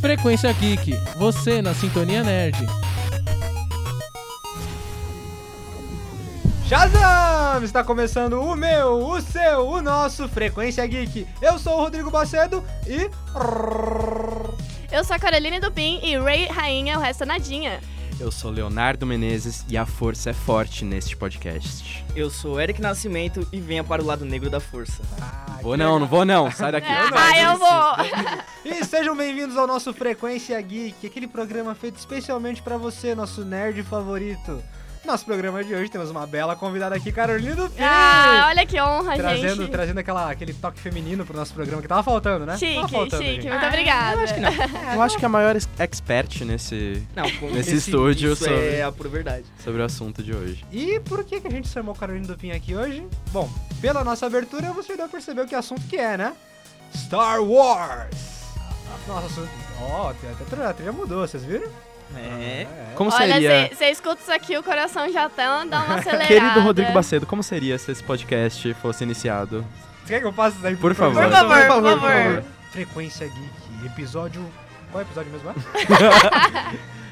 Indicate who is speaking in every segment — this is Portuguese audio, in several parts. Speaker 1: Frequência Geek, você na Sintonia Nerd.
Speaker 2: Shazam! Está começando o meu, o seu, o nosso Frequência Geek. Eu sou o Rodrigo Bacedo e.
Speaker 3: Eu sou a Caroline Dupin e Ray Rainha, o resto é nadinha.
Speaker 4: Eu sou Leonardo Menezes e a força é forte neste podcast.
Speaker 5: Eu sou Eric Nascimento e venha para o lado negro da força.
Speaker 4: Vou não, não vou não, sai daqui.
Speaker 3: ah, eu vou.
Speaker 2: E sejam bem-vindos ao nosso Frequência Geek, aquele programa feito especialmente para você, nosso nerd favorito. Nosso programa de hoje temos uma bela convidada aqui, Carolina Dupin.
Speaker 3: Ah, olha que honra,
Speaker 2: trazendo né?
Speaker 3: gente.
Speaker 2: trazendo aquela, aquele toque feminino pro nosso programa que tava faltando, né? tava
Speaker 3: Chique,
Speaker 2: faltando,
Speaker 3: chique,
Speaker 2: gente.
Speaker 3: muito obrigada.
Speaker 4: Eu acho que é a maior ex- expert nesse,
Speaker 5: Não, com
Speaker 4: nesse estúdio né?
Speaker 5: isso
Speaker 4: sobre,
Speaker 5: é a pura verdade.
Speaker 4: sobre o assunto de hoje.
Speaker 2: E por que, que a gente chamou Carolina Dupin aqui hoje? Bom, pela nossa abertura você deu a perceber o que assunto que é, né? Star Wars! Nossa, assunto- ó, até- até a trilha- a trilha mudou, vocês viram?
Speaker 5: É.
Speaker 4: Como
Speaker 3: Olha,
Speaker 4: seria...
Speaker 3: você escuta isso aqui, o coração já tá, dá uma acelerada.
Speaker 4: Querido Rodrigo Bacedo, como seria se esse podcast fosse iniciado?
Speaker 2: Você quer que eu passe isso aí?
Speaker 4: Por
Speaker 2: pro-
Speaker 4: favor.
Speaker 3: Por favor, por favor.
Speaker 2: Frequência Geek, episódio... Qual é o episódio mesmo?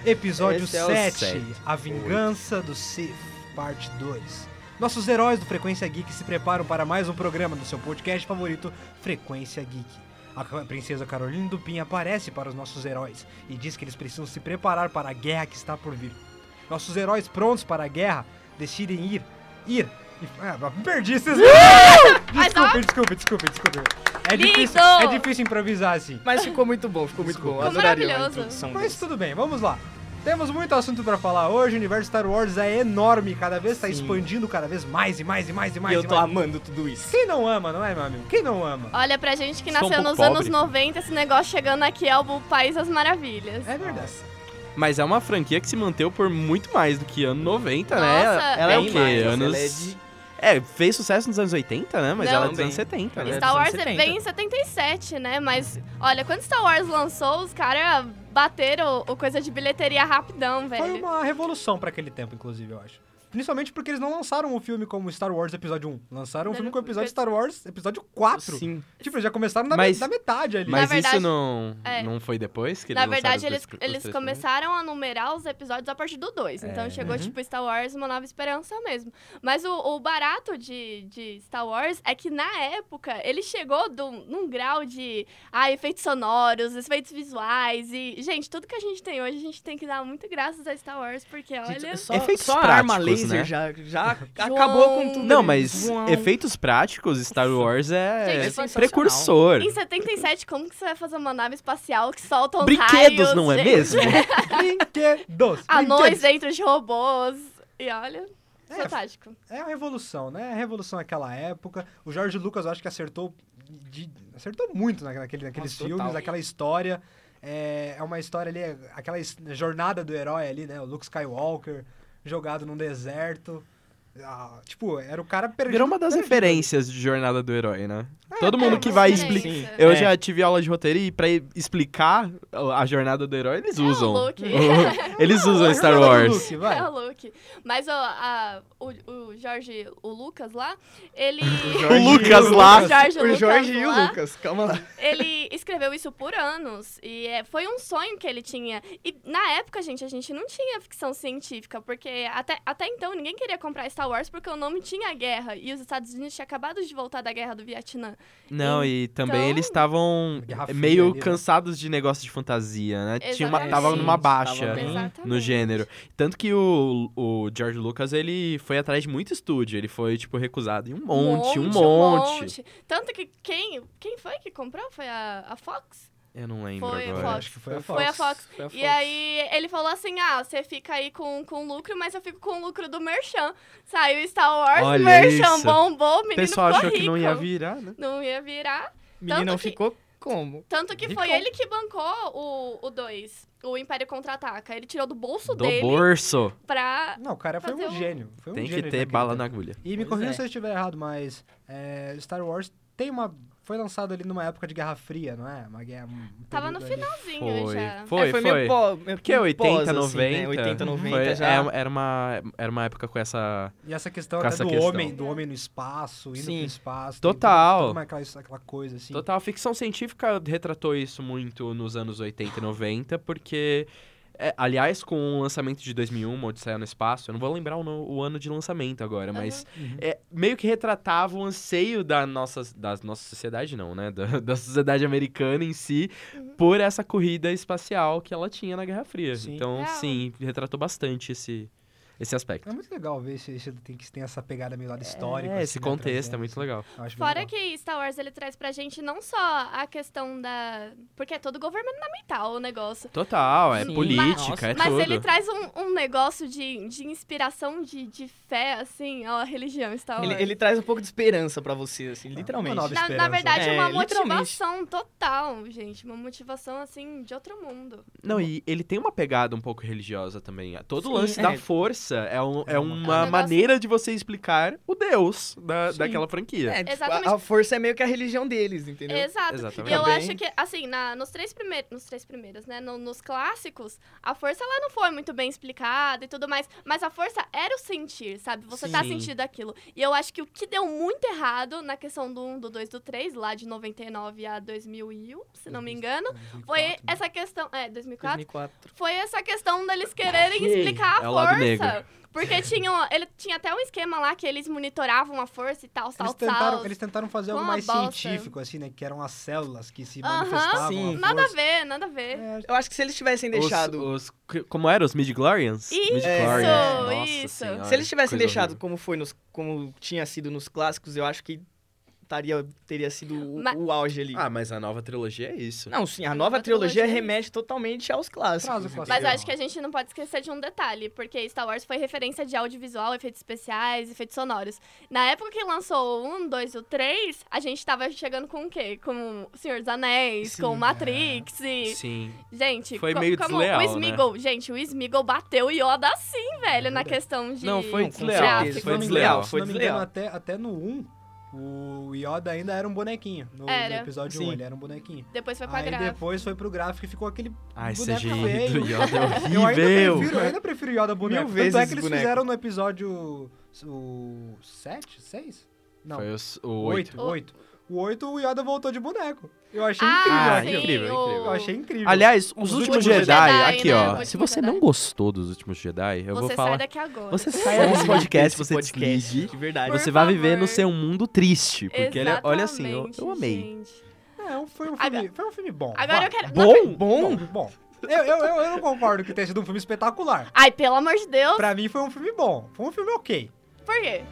Speaker 2: é? episódio
Speaker 5: Esse é o
Speaker 2: 7,
Speaker 4: sete.
Speaker 2: A Vingança do Sith, parte 2. Nossos heróis do Frequência Geek se preparam para mais um programa do seu podcast favorito, Frequência Geek. A ca- princesa Caroline Dupin aparece para os nossos heróis e diz que eles precisam se preparar para a guerra que está por vir. Nossos heróis prontos para a guerra decidem ir, ir. E, ah, perdi esses.
Speaker 3: Mas ó.
Speaker 2: desculpa, desculpa, desculpa, desculpa. É
Speaker 3: Lindo!
Speaker 2: difícil, é difícil improvisar assim.
Speaker 5: É, Mas ficou muito bom, ficou muito
Speaker 2: Desculpa.
Speaker 5: bom.
Speaker 3: Ficou
Speaker 5: Adoraria uma
Speaker 3: maravilhoso.
Speaker 5: introdução
Speaker 2: Mas
Speaker 5: dessa.
Speaker 2: tudo bem, vamos lá. Temos muito assunto pra falar hoje. O universo Star Wars é enorme, cada vez tá
Speaker 5: Sim.
Speaker 2: expandindo cada vez mais e mais e mais e
Speaker 5: E
Speaker 2: mais.
Speaker 5: eu
Speaker 2: e
Speaker 5: tô
Speaker 2: mais.
Speaker 5: amando tudo isso.
Speaker 2: Quem não ama, não é, meu amigo? Quem não ama?
Speaker 3: Olha, pra gente que
Speaker 4: Estou
Speaker 3: nasceu
Speaker 4: um
Speaker 3: nos
Speaker 4: pouco
Speaker 3: anos
Speaker 4: pobre.
Speaker 3: 90, esse negócio chegando aqui é o País das Maravilhas.
Speaker 2: É verdade.
Speaker 4: Mas é uma franquia que se manteu por muito mais do que ano 90, né?
Speaker 3: Nossa,
Speaker 4: Ela, ela é o
Speaker 5: Bem
Speaker 4: quê?
Speaker 5: mais,
Speaker 4: anos...
Speaker 5: ela é de-
Speaker 4: É, fez sucesso nos anos 80, né? Mas
Speaker 3: Não.
Speaker 4: ela é dos
Speaker 5: Bem.
Speaker 4: anos 70, né?
Speaker 3: Star
Speaker 5: dos
Speaker 3: Wars
Speaker 5: anos 70.
Speaker 3: vem em 77, né? Mas, olha, quando Star Wars lançou, os caras bateram o coisa de bilheteria rapidão,
Speaker 2: Foi
Speaker 3: velho.
Speaker 2: uma revolução pra aquele tempo, inclusive, eu acho. Principalmente porque eles não lançaram o filme como Star Wars Episódio 1. Lançaram o
Speaker 3: Não,
Speaker 2: filme
Speaker 3: não-
Speaker 2: com o episódio Star Wars Episódio 4.
Speaker 5: assim,
Speaker 4: Sim.
Speaker 2: Tipo, eles já começaram na,
Speaker 4: Mas-
Speaker 2: me- da metade ali.
Speaker 4: Mas
Speaker 3: verdade-
Speaker 4: isso não,
Speaker 3: é.
Speaker 4: não foi depois que eles
Speaker 3: Na verdade,
Speaker 4: lançaram os
Speaker 3: eles,
Speaker 4: dois- os
Speaker 3: eles
Speaker 4: três É.
Speaker 3: começaram a numerar os episódios a partir do 2. Então chegou, tipo, Star Wars, Uma Nova Esperança mesmo. Mas o, o barato de, de Star Wars é que, na época, ele chegou do, num grau de ah, efeitos sonoros, efeitos visuais e... Gente, tudo que a gente tem hoje, a gente tem que dar muito graças a Star Wars, porque,
Speaker 5: Gente,
Speaker 4: é
Speaker 3: olha...
Speaker 5: só,
Speaker 4: Efeitos
Speaker 5: é só a arma
Speaker 4: práticos,
Speaker 5: laser
Speaker 4: né?
Speaker 5: já, já acabou com tudo.
Speaker 4: Não,
Speaker 5: ali.
Speaker 4: mas
Speaker 5: João.
Speaker 4: efeitos práticos, Star Wars é
Speaker 3: Gente, é
Speaker 5: sensacional.
Speaker 4: precursor.
Speaker 3: Em 77, como que você vai fazer uma nave espacial que solta
Speaker 5: um
Speaker 3: uns
Speaker 4: Brinquedos,
Speaker 3: raios,
Speaker 4: não é
Speaker 3: gente?
Speaker 4: mesmo?
Speaker 2: Brinquedos!
Speaker 3: Anões
Speaker 2: brinquedos.
Speaker 3: dentro de robôs. E olha,
Speaker 2: É,
Speaker 3: fantástico.
Speaker 2: É a revolução, né? É a revolução naquela época. O Jorge Lucas, eu acho que acertou, de- acertou muito na- naquele, naqueles
Speaker 5: Nossa,
Speaker 2: filmes,
Speaker 5: total.
Speaker 2: naquela história. É, é uma história ali, é aquela es- jornada do herói ali, né? O Luke Skywalker jogado num deserto. Ah, tipo, era o cara perdido.
Speaker 4: Virou uma das
Speaker 2: perdido.
Speaker 4: referências de Jornada do Herói, né? Todo
Speaker 3: É,
Speaker 4: mundo
Speaker 3: uma
Speaker 4: que vai
Speaker 3: referência.
Speaker 4: explicar.
Speaker 5: Sim.
Speaker 4: Eu
Speaker 5: É.
Speaker 4: já tive aula de roteiro e pra explicar a jornada do herói, eles
Speaker 3: É o
Speaker 4: usam. Uhum.
Speaker 3: Luke.
Speaker 4: eles usam
Speaker 2: Jornada
Speaker 4: Star
Speaker 2: do
Speaker 4: Wars.
Speaker 2: Luke, vai.
Speaker 3: É o Luke. Mas ó, a- o, o Jorge, o Lucas lá, ele.
Speaker 4: O Lucas lá.
Speaker 3: O Jorge,
Speaker 5: O Jorge e o
Speaker 3: lá,
Speaker 5: Lucas, calma lá.
Speaker 3: Ele escreveu isso por anos. E é, foi um sonho que ele tinha. E na época, gente, a gente não tinha ficção científica, porque até, até então ninguém queria comprar Star Wars porque o nome tinha guerra. E os Estados Unidos tinham acabado de voltar da guerra do Vietnã.
Speaker 4: Não, e também
Speaker 3: Então-
Speaker 4: eles estavam
Speaker 2: Guerra Fria
Speaker 4: meio
Speaker 2: ali, né?
Speaker 4: cansados de negócio de fantasia, né? Tinha uma, tava
Speaker 3: Exatamente.
Speaker 4: numa
Speaker 5: Sim,
Speaker 4: baixa.
Speaker 5: tava bem.
Speaker 3: Exatamente.
Speaker 4: no gênero. Tanto que o, o George Lucas, ele foi atrás de muito estúdio. Ele foi, tipo, recusado em um monte, um monte.
Speaker 3: Tanto que quem, quem foi que comprou? Foi a, a Fox?
Speaker 4: Eu não lembro
Speaker 3: Foi a
Speaker 4: agora.
Speaker 3: Fox.
Speaker 2: Acho que foi a
Speaker 3: Foi a Fox.
Speaker 5: Foi a
Speaker 3: E aí ele falou assim: ah, você fica aí com, com lucro, mas eu fico com o lucro do Merchan. Saiu Star Wars,
Speaker 4: Olha
Speaker 3: Merchan
Speaker 4: isso.
Speaker 3: bombou, o
Speaker 4: O
Speaker 3: menino
Speaker 4: pessoal
Speaker 3: ficou
Speaker 4: achou que não
Speaker 3: rico.
Speaker 4: ia virar, né?
Speaker 3: Não ia virar.
Speaker 5: Menino
Speaker 3: tanto
Speaker 5: não
Speaker 3: que-
Speaker 5: ficou como?
Speaker 3: Tanto que foi
Speaker 5: Rico.
Speaker 3: ele que bancou o 2, o, Império Contra-Ataca. Ele tirou do bolso
Speaker 4: Do
Speaker 3: dele
Speaker 4: bolso.
Speaker 3: pra.
Speaker 2: Não, o cara foi
Speaker 3: Fazer
Speaker 2: um
Speaker 3: um-
Speaker 2: gênio.
Speaker 5: É
Speaker 2: Foi um
Speaker 4: Tem que
Speaker 2: gênio
Speaker 4: ter
Speaker 2: naquele
Speaker 4: bala é.
Speaker 2: tempo.
Speaker 4: na agulha.
Speaker 2: E me
Speaker 5: Pois
Speaker 2: corrija
Speaker 5: é.
Speaker 2: se eu estiver errado, mas é, Star eh, Wars tem uma foi lançado ali numa época de Guerra Fria, não é? Uma guerra. um
Speaker 3: Tava no
Speaker 2: período ali.
Speaker 3: finalzinho
Speaker 4: Foi,
Speaker 3: já.
Speaker 4: foi,
Speaker 5: É,
Speaker 4: foi.
Speaker 5: meio pó- meio
Speaker 4: Porque é 80,
Speaker 5: pós,
Speaker 4: 90.
Speaker 5: assim, né? 80, 90
Speaker 4: foi-
Speaker 5: já.
Speaker 4: é, era, uma, era uma época com essa.
Speaker 2: E essa questão
Speaker 4: Com
Speaker 2: até
Speaker 4: essa
Speaker 2: do
Speaker 4: questão.
Speaker 2: homem, do homem no espaço, indo
Speaker 5: Sim.
Speaker 2: pro espaço.
Speaker 4: Total.
Speaker 2: Tem, toda uma- aquela, aquela coisa assim.
Speaker 4: Total, a ficção científica retratou isso muito nos anos 80 e 90, porque. é, aliás, com o lançamento de 2001, uma Odisseia no Espaço, eu não vou lembrar o, no- o ano de lançamento agora, mas
Speaker 2: Uhum.
Speaker 4: é, meio que retratava o anseio da nossa, da nossa sociedade, não, né? Da, da sociedade americana em si, por essa corrida espacial que ela tinha na Guerra Fria.
Speaker 2: Sim.
Speaker 4: Então,
Speaker 3: É.
Speaker 4: sim, retratou bastante esse, esse aspecto.
Speaker 2: É muito legal ver se, se tem, que tem essa pegada meio lado histórico.
Speaker 4: É, esse
Speaker 2: assim, né,
Speaker 4: contexto é
Speaker 2: trazendo,
Speaker 4: muito
Speaker 2: assim.
Speaker 4: legal.
Speaker 2: Eu acho bem
Speaker 3: Fora
Speaker 2: legal.
Speaker 3: que Star Wars ele traz pra gente não só a questão da. Porque é todo governamental o negócio.
Speaker 4: Total, é
Speaker 5: Sim.
Speaker 4: política, é
Speaker 5: Mas-
Speaker 3: Mas
Speaker 4: tudo.
Speaker 3: ele traz um, um negócio de, de inspiração, de, de fé, assim, ó, a religião Star Wars.
Speaker 5: Ele, ele traz um pouco de esperança pra você, assim, literalmente.
Speaker 2: Uma nova
Speaker 3: Na, na
Speaker 2: esperança.
Speaker 3: verdade, é uma
Speaker 5: É, literalmente.
Speaker 3: motivação total, gente. Uma motivação, assim, de outro mundo.
Speaker 4: Não, e ele tem uma pegada um pouco religiosa também. Todo o
Speaker 5: Sim,
Speaker 4: lance
Speaker 5: é.
Speaker 4: da força é, um- é
Speaker 2: É um
Speaker 4: uma
Speaker 3: negócio-
Speaker 4: maneira de você explicar o Deus da,
Speaker 5: Sim.
Speaker 4: daquela franquia.
Speaker 5: É, tipo,
Speaker 3: Exatamente.
Speaker 5: a, a força é meio que a religião deles, entendeu?
Speaker 3: Exato. E
Speaker 4: Exatamente.
Speaker 3: eu
Speaker 5: Também.
Speaker 3: acho que, assim, na- nos, três primeiros, nos três primeiros, né? no- nos clássicos, a força ela não foi muito bem explicada e tudo mais. Mas a força era o sentir, sabe? Você tá
Speaker 4: Sim.
Speaker 3: sentindo aquilo. E eu acho que o que deu muito errado na questão do 1, do 2, do 3, lá de 99 a 2001, se não me engano, foi
Speaker 2: 2004, né?
Speaker 3: essa questão. É, 2004?
Speaker 5: 2004.
Speaker 3: foi essa questão deles quererem
Speaker 4: Ok.
Speaker 3: explicar a
Speaker 4: É o lado
Speaker 3: força.
Speaker 4: negro.
Speaker 3: Porque tinha, ele tinha até um esquema lá que eles monitoravam a força e tal, tal,
Speaker 2: Eles tentaram,
Speaker 3: tal.
Speaker 2: eles tentaram fazer
Speaker 3: Com
Speaker 2: algo
Speaker 3: a
Speaker 2: mais
Speaker 3: bosta.
Speaker 2: científico, assim, né? Que eram as células que se
Speaker 3: Aham,
Speaker 2: manifestavam.
Speaker 5: sim.
Speaker 2: à
Speaker 3: Nada a
Speaker 2: força.
Speaker 3: ver, nada a ver.
Speaker 2: É,
Speaker 5: Eu acho que se eles tivessem
Speaker 4: Os-
Speaker 5: deixado.
Speaker 4: os- como eram os Mid-Glorians?
Speaker 3: Isso,
Speaker 4: Midichlorians, nossa
Speaker 3: isso.
Speaker 4: senhora,
Speaker 5: Se eles tivessem
Speaker 4: coisa
Speaker 5: deixado
Speaker 4: horrível.
Speaker 5: como foi nos, como tinha sido nos clássicos, eu acho que taria, teria sido o,
Speaker 3: Ma-
Speaker 5: o auge ali.
Speaker 4: Ah, mas a nova trilogia é isso.
Speaker 5: não, sim,
Speaker 3: A
Speaker 5: a nova
Speaker 3: nova
Speaker 5: trilogia
Speaker 3: trilogia é
Speaker 5: remete totalmente aos clássicos.
Speaker 2: Traz o
Speaker 5: entendeu?
Speaker 2: clássico.
Speaker 3: Mas eu
Speaker 2: Legal.
Speaker 3: acho que a gente não pode esquecer de um detalhe, porque Star Wars foi referência de audiovisual, efeitos especiais, efeitos sonoros. Na época que lançou o 1, 2 e o 3, a gente tava chegando com o quê? Com o Senhor dos Anéis,
Speaker 5: Sim,
Speaker 3: com o Matrix e...
Speaker 4: É. Sim.
Speaker 3: Gente,
Speaker 4: Foi
Speaker 3: co-
Speaker 4: meio
Speaker 3: como
Speaker 4: desleal,
Speaker 3: o
Speaker 4: né?
Speaker 3: Smeagol, gente, o Smeagol bateu o Yoda assim, velho, na questão de
Speaker 4: É Não, foi
Speaker 5: Não, com
Speaker 4: desleal.
Speaker 5: certeza,
Speaker 4: é, Foi
Speaker 2: se não me
Speaker 4: desleal.
Speaker 2: engano- Se
Speaker 5: foi
Speaker 2: não me engano,
Speaker 5: desleal.
Speaker 2: até, até no 1, o Yoda ainda era um bonequinho. No, no
Speaker 3: Era.
Speaker 2: episódio
Speaker 5: Sim.
Speaker 2: 1, ele era um bonequinho.
Speaker 3: Depois foi pra
Speaker 2: Aí
Speaker 3: gráfica.
Speaker 2: depois um foi pro gráfico e ficou aquele
Speaker 4: Ai,
Speaker 2: boneco
Speaker 4: CGI
Speaker 2: feio.
Speaker 4: Ah, do Yoda é
Speaker 2: Eu ainda
Speaker 4: horrível.
Speaker 2: prefiro, eu ainda prefiro Yoda boneco. Tanto
Speaker 5: vezes
Speaker 2: é que eles
Speaker 5: boneco.
Speaker 2: fizeram no episódio o 7, 6? Não,
Speaker 4: Foi os, o
Speaker 2: 8,
Speaker 4: 8.
Speaker 2: 8. O 8, o Yoda voltou de boneco. Eu achei incrível.
Speaker 4: Ah, sim.
Speaker 2: aquilo.
Speaker 4: incrível, incrível.
Speaker 2: Eu achei incrível.
Speaker 4: Aliás, os, últimos, Jedi, aqui
Speaker 3: né?
Speaker 4: ó.
Speaker 3: Os
Speaker 4: Se
Speaker 3: Últimos
Speaker 4: você
Speaker 3: Jedi.
Speaker 4: não gostou dos últimos Jedi, eu
Speaker 3: Você
Speaker 4: vou
Speaker 3: sai
Speaker 4: falar.
Speaker 3: daqui agora.
Speaker 4: Você saia desse podcast, você
Speaker 5: Esse
Speaker 4: desligue.
Speaker 5: de verdade.
Speaker 3: Por
Speaker 4: Você vai viver no
Speaker 3: favor.
Speaker 4: seu mundo triste. Porque ele, olha assim, eu, eu
Speaker 3: Exatamente,
Speaker 4: amei.
Speaker 3: gente.
Speaker 2: Não, foi um filme,
Speaker 3: Agora-
Speaker 2: foi um filme bom.
Speaker 3: Agora
Speaker 2: Vai.
Speaker 3: eu quero... um. não,
Speaker 2: Bom,
Speaker 4: Bom,
Speaker 2: bom. Eu, eu, eu, eu não concordo que tenha sido um filme espetacular.
Speaker 3: Ai, pelo amor de Deus.
Speaker 2: Pra mim foi um filme bom. Foi um filme ok.
Speaker 3: Por quê?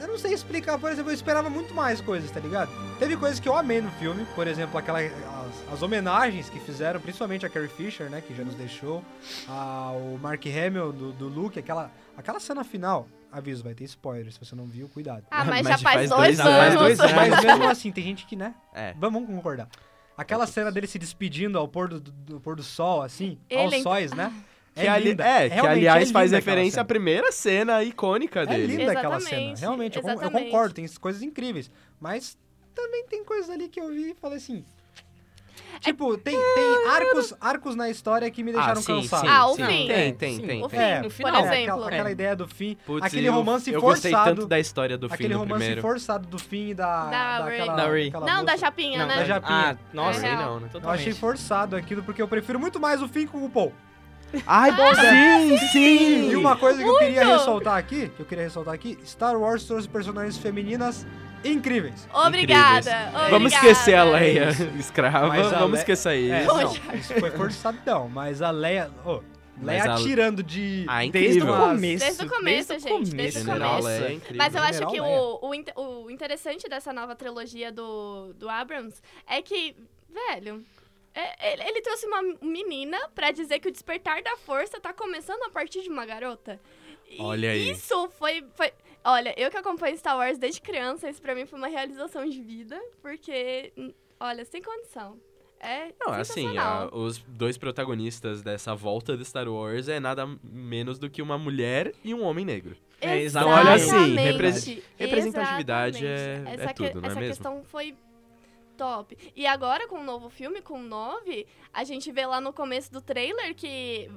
Speaker 2: Eu não sei explicar, por exemplo, eu esperava muito mais coisas, tá ligado? Teve coisas que eu amei no filme, por exemplo, aquela, as, as homenagens que fizeram, principalmente a Carrie Fisher, né, que já nos deixou, ao Mark Hamill do, do Luke, aquela, aquela cena final. Aviso, vai ter spoiler, se você não viu, cuidado.
Speaker 3: Ah, mas,
Speaker 4: Mas
Speaker 3: já faz, dois,
Speaker 4: anos.
Speaker 3: anos.
Speaker 4: Faz dois anos.
Speaker 2: Mas mesmo assim, tem gente que, né?
Speaker 4: É.
Speaker 2: Vamos concordar. Aquela cena dele se despedindo ao pôr do, do- do pôr do sol, assim,
Speaker 3: Ele
Speaker 2: aos
Speaker 3: entra-
Speaker 2: sóis, né?
Speaker 4: Que, ali-
Speaker 2: linda.
Speaker 4: é, que
Speaker 2: Realmente é
Speaker 4: aliás
Speaker 2: linda
Speaker 4: faz
Speaker 2: aquela
Speaker 4: referência à
Speaker 2: cena.
Speaker 4: primeira cena icônica
Speaker 2: É
Speaker 4: dele.
Speaker 2: linda aquela cena.
Speaker 3: Exatamente,
Speaker 2: Realmente, eu, con- eu
Speaker 3: exatamente.
Speaker 2: concordo, tem coisas incríveis. Mas também tem coisas ali que eu vi e falei assim.
Speaker 3: É
Speaker 2: Tipo, tem, tem arcos, arcos na história que me deixaram cansado.
Speaker 3: sim. Ah, o fim.
Speaker 4: Tem, tem, tem.
Speaker 5: Sim.
Speaker 4: tem.
Speaker 5: O fim.
Speaker 2: É,
Speaker 5: no
Speaker 2: por
Speaker 5: final.
Speaker 2: exemplo,
Speaker 3: É.
Speaker 2: aquela, aquela ideia do fim,
Speaker 4: Putz,
Speaker 2: aquele
Speaker 4: eu-
Speaker 2: romance
Speaker 4: eu gostei tanto
Speaker 2: forçado,
Speaker 4: da história do
Speaker 2: aquele
Speaker 4: filme do
Speaker 2: romance
Speaker 4: primeiro.
Speaker 2: forçado do fim e da,
Speaker 3: Da Ray.
Speaker 2: daquela,
Speaker 5: Da Ray.
Speaker 2: daquela
Speaker 3: Não, da
Speaker 2: moça.
Speaker 3: Japinha,
Speaker 5: Não,
Speaker 3: né?
Speaker 2: da Japinha.
Speaker 5: Ah, nossa.
Speaker 3: É.
Speaker 4: Aí não, né?
Speaker 2: Eu achei
Speaker 5: Totalmente.
Speaker 2: forçado aquilo porque eu prefiro muito mais o fim com o Paul.
Speaker 3: Ah,
Speaker 4: Ai, sim, sim!
Speaker 2: E uma coisa que eu queria
Speaker 3: Muito!
Speaker 2: ressaltar aqui, que eu queria ressaltar aqui, Star Wars trouxe personagens femininas incríveis.
Speaker 3: Obrigada,
Speaker 4: Incríveis.
Speaker 3: obrigada.
Speaker 4: Vamos esquecer a Leia escrava,
Speaker 2: Mas a
Speaker 4: vamos
Speaker 2: Le-
Speaker 4: esquecer
Speaker 2: É,
Speaker 4: isso.
Speaker 2: não, isso foi forçadão, mas a Leia. ô,
Speaker 4: Mas
Speaker 2: Leia
Speaker 4: a-
Speaker 2: atirando de.
Speaker 4: Ah,
Speaker 5: Desde o
Speaker 4: incrível.
Speaker 2: Mas-
Speaker 5: começo.
Speaker 3: Desde o começo,
Speaker 5: desde o
Speaker 3: gente, desde o
Speaker 5: começo.
Speaker 4: General
Speaker 3: começo.
Speaker 4: Leia, é incrível.
Speaker 3: Mas eu acho
Speaker 2: General
Speaker 3: que
Speaker 2: Leia.
Speaker 3: o, o, inte- o interessante dessa nova trilogia do, do Abrams é que, velho, é- ele, ele trouxe uma menina pra dizer que o despertar da força tá começando a partir de uma garota. E
Speaker 4: Olha aí.
Speaker 3: Isso foi, foi. Olha, eu que acompanho Star Wars desde criança, isso pra mim foi uma realização de vida, porque, hum, olha, sem condição. É
Speaker 4: Não, assim,
Speaker 3: sensacional.
Speaker 4: a- os dois protagonistas dessa volta de Star Wars é nada menos do que uma mulher e um homem negro.
Speaker 5: É,
Speaker 3: Exatamente.
Speaker 5: exatamente. Olha
Speaker 4: assim, repre- representatividade é-
Speaker 3: Exatamente.
Speaker 4: é tudo, não é
Speaker 3: essa
Speaker 4: mesmo?
Speaker 3: questão foi top. E agora, com o novo filme, com o 9, a gente vê lá no começo do trailer que.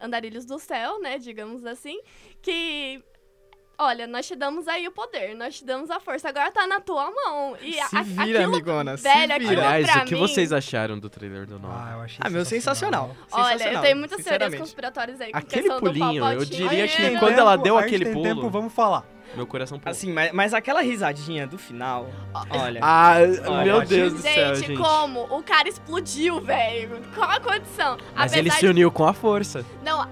Speaker 3: Andarilhos do céu, né? Digamos assim. Que. Olha, nós te damos aí o poder, nós te damos a força, agora tá na tua mão. E a-
Speaker 5: Se
Speaker 3: a-
Speaker 5: vira,
Speaker 3: aquilo
Speaker 5: amigona.
Speaker 3: velho,
Speaker 5: se vira.
Speaker 3: aquilo-
Speaker 4: Aliás,
Speaker 3: pra
Speaker 4: o que
Speaker 3: mim-
Speaker 4: vocês acharam do trailer do novo?
Speaker 2: Ah, eu achei
Speaker 5: Ah, meu, sensacional.
Speaker 3: Olha, eu
Speaker 5: Sensacional,
Speaker 3: tenho muitas teorias
Speaker 5: sinceramente.
Speaker 3: conspiratórias aí. Com
Speaker 4: Aquele
Speaker 3: questão
Speaker 4: pulinho,
Speaker 3: do
Speaker 4: eu
Speaker 3: Palpatine,
Speaker 4: diria que
Speaker 3: né?
Speaker 4: quando ela deu
Speaker 2: a gente
Speaker 4: aquele
Speaker 2: tem
Speaker 4: pulo-
Speaker 2: tempo, vamos falar.
Speaker 4: Meu coração pulou.
Speaker 5: Assim, mas, mas aquela risadinha do final, olha...
Speaker 4: Ah, meu
Speaker 5: Olha,
Speaker 4: Deus do céu,
Speaker 3: gente,
Speaker 4: gente.
Speaker 3: como? O cara explodiu, velho. Qual a condição?
Speaker 4: Mas
Speaker 3: Apesar
Speaker 4: ele se
Speaker 3: de-
Speaker 4: uniu com a força.
Speaker 3: Não,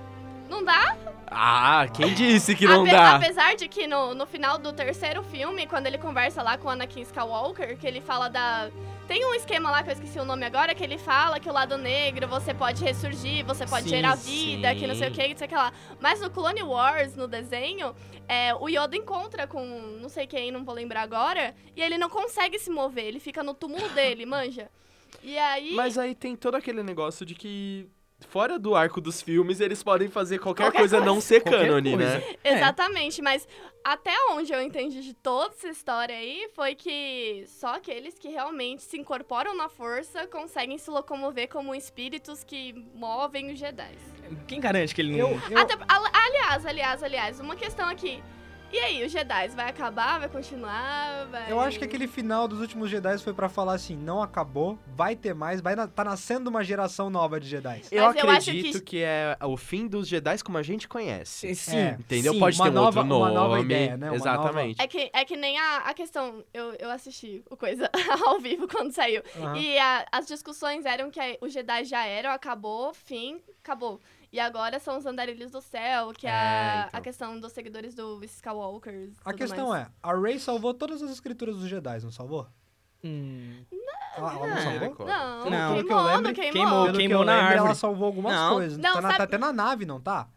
Speaker 3: não dá?
Speaker 4: Ah, quem disse que não
Speaker 3: Ape-
Speaker 4: dá?
Speaker 3: Apesar de que no, no final do terceiro filme, quando ele conversa lá com o Anakin Skywalker, que ele fala da... Tem um esquema lá, que eu esqueci o nome agora, que ele fala que o lado negro, você pode ressurgir, você pode
Speaker 4: Sim,
Speaker 3: gerar vida, que não sei o
Speaker 4: sim.
Speaker 3: que, não sei o que lá. Mas no Clone Wars, no desenho, é, o Yoda encontra com não sei quem, não vou lembrar agora, e ele não consegue se mover, ele fica no túmulo dele, manja. E aí...
Speaker 4: Mas aí tem todo aquele negócio de que, fora do arco dos filmes, eles podem fazer qualquer,
Speaker 3: Qualquer
Speaker 4: coisa,
Speaker 3: coisa.
Speaker 4: não ser
Speaker 5: Qualquer
Speaker 4: cânone,
Speaker 5: coisa.
Speaker 4: né?
Speaker 5: É.
Speaker 3: Exatamente, mas até onde eu entendi de toda essa história aí foi que só aqueles que realmente se incorporam na força conseguem se locomover como espíritos que movem os Jedi.
Speaker 5: Quem garante que ele
Speaker 2: Eu,
Speaker 5: não...
Speaker 2: eu-
Speaker 3: Até- al- aliás, aliás, aliás, uma questão aqui. E aí, os Jedi vai acabar, vai continuar, vai...
Speaker 2: eu acho que aquele final dos últimos Jedi foi pra falar assim, não acabou, vai ter mais, vai na- tá nascendo uma geração nova de Jedi.
Speaker 4: Eu
Speaker 3: Mas eu acho
Speaker 4: acredito que...
Speaker 3: que-
Speaker 4: é o fim dos Jedi como a gente conhece.
Speaker 5: Sim,
Speaker 2: É.
Speaker 4: Entendeu?
Speaker 5: sim.
Speaker 4: Pode
Speaker 2: uma
Speaker 4: ter um
Speaker 2: nova-
Speaker 4: outro nome.
Speaker 2: uma nova ideia, né? Uma
Speaker 4: Exatamente.
Speaker 3: É que, é que nem a, a questão, eu, eu assisti o coisa ao vivo quando saiu.
Speaker 2: Aham.
Speaker 3: E a- as discussões eram que a- os Jedi já eram, acabou, fim, acabou. E agora são os andarilhos do céu, que é,
Speaker 4: É, então.
Speaker 3: a questão dos seguidores do Skywalker.
Speaker 2: A questão é, a Rey salvou todas as escrituras dos Jedi, não salvou?
Speaker 5: Hum.
Speaker 2: Ela, ela
Speaker 4: É.
Speaker 2: não
Speaker 5: não.
Speaker 2: salvou?
Speaker 4: Misericórdia.
Speaker 3: Não,
Speaker 5: Não.
Speaker 2: Pelo que eu
Speaker 3: queimou,
Speaker 2: lembro,
Speaker 3: não queimou.
Speaker 5: queimou.
Speaker 2: Pelo que eu
Speaker 5: Queimou na
Speaker 2: lembro, ela
Speaker 5: árvore.
Speaker 2: salvou algumas
Speaker 5: Não.
Speaker 2: coisas.
Speaker 3: Não,
Speaker 2: tá, na-
Speaker 3: sabe-
Speaker 2: tá até na nave, não tá?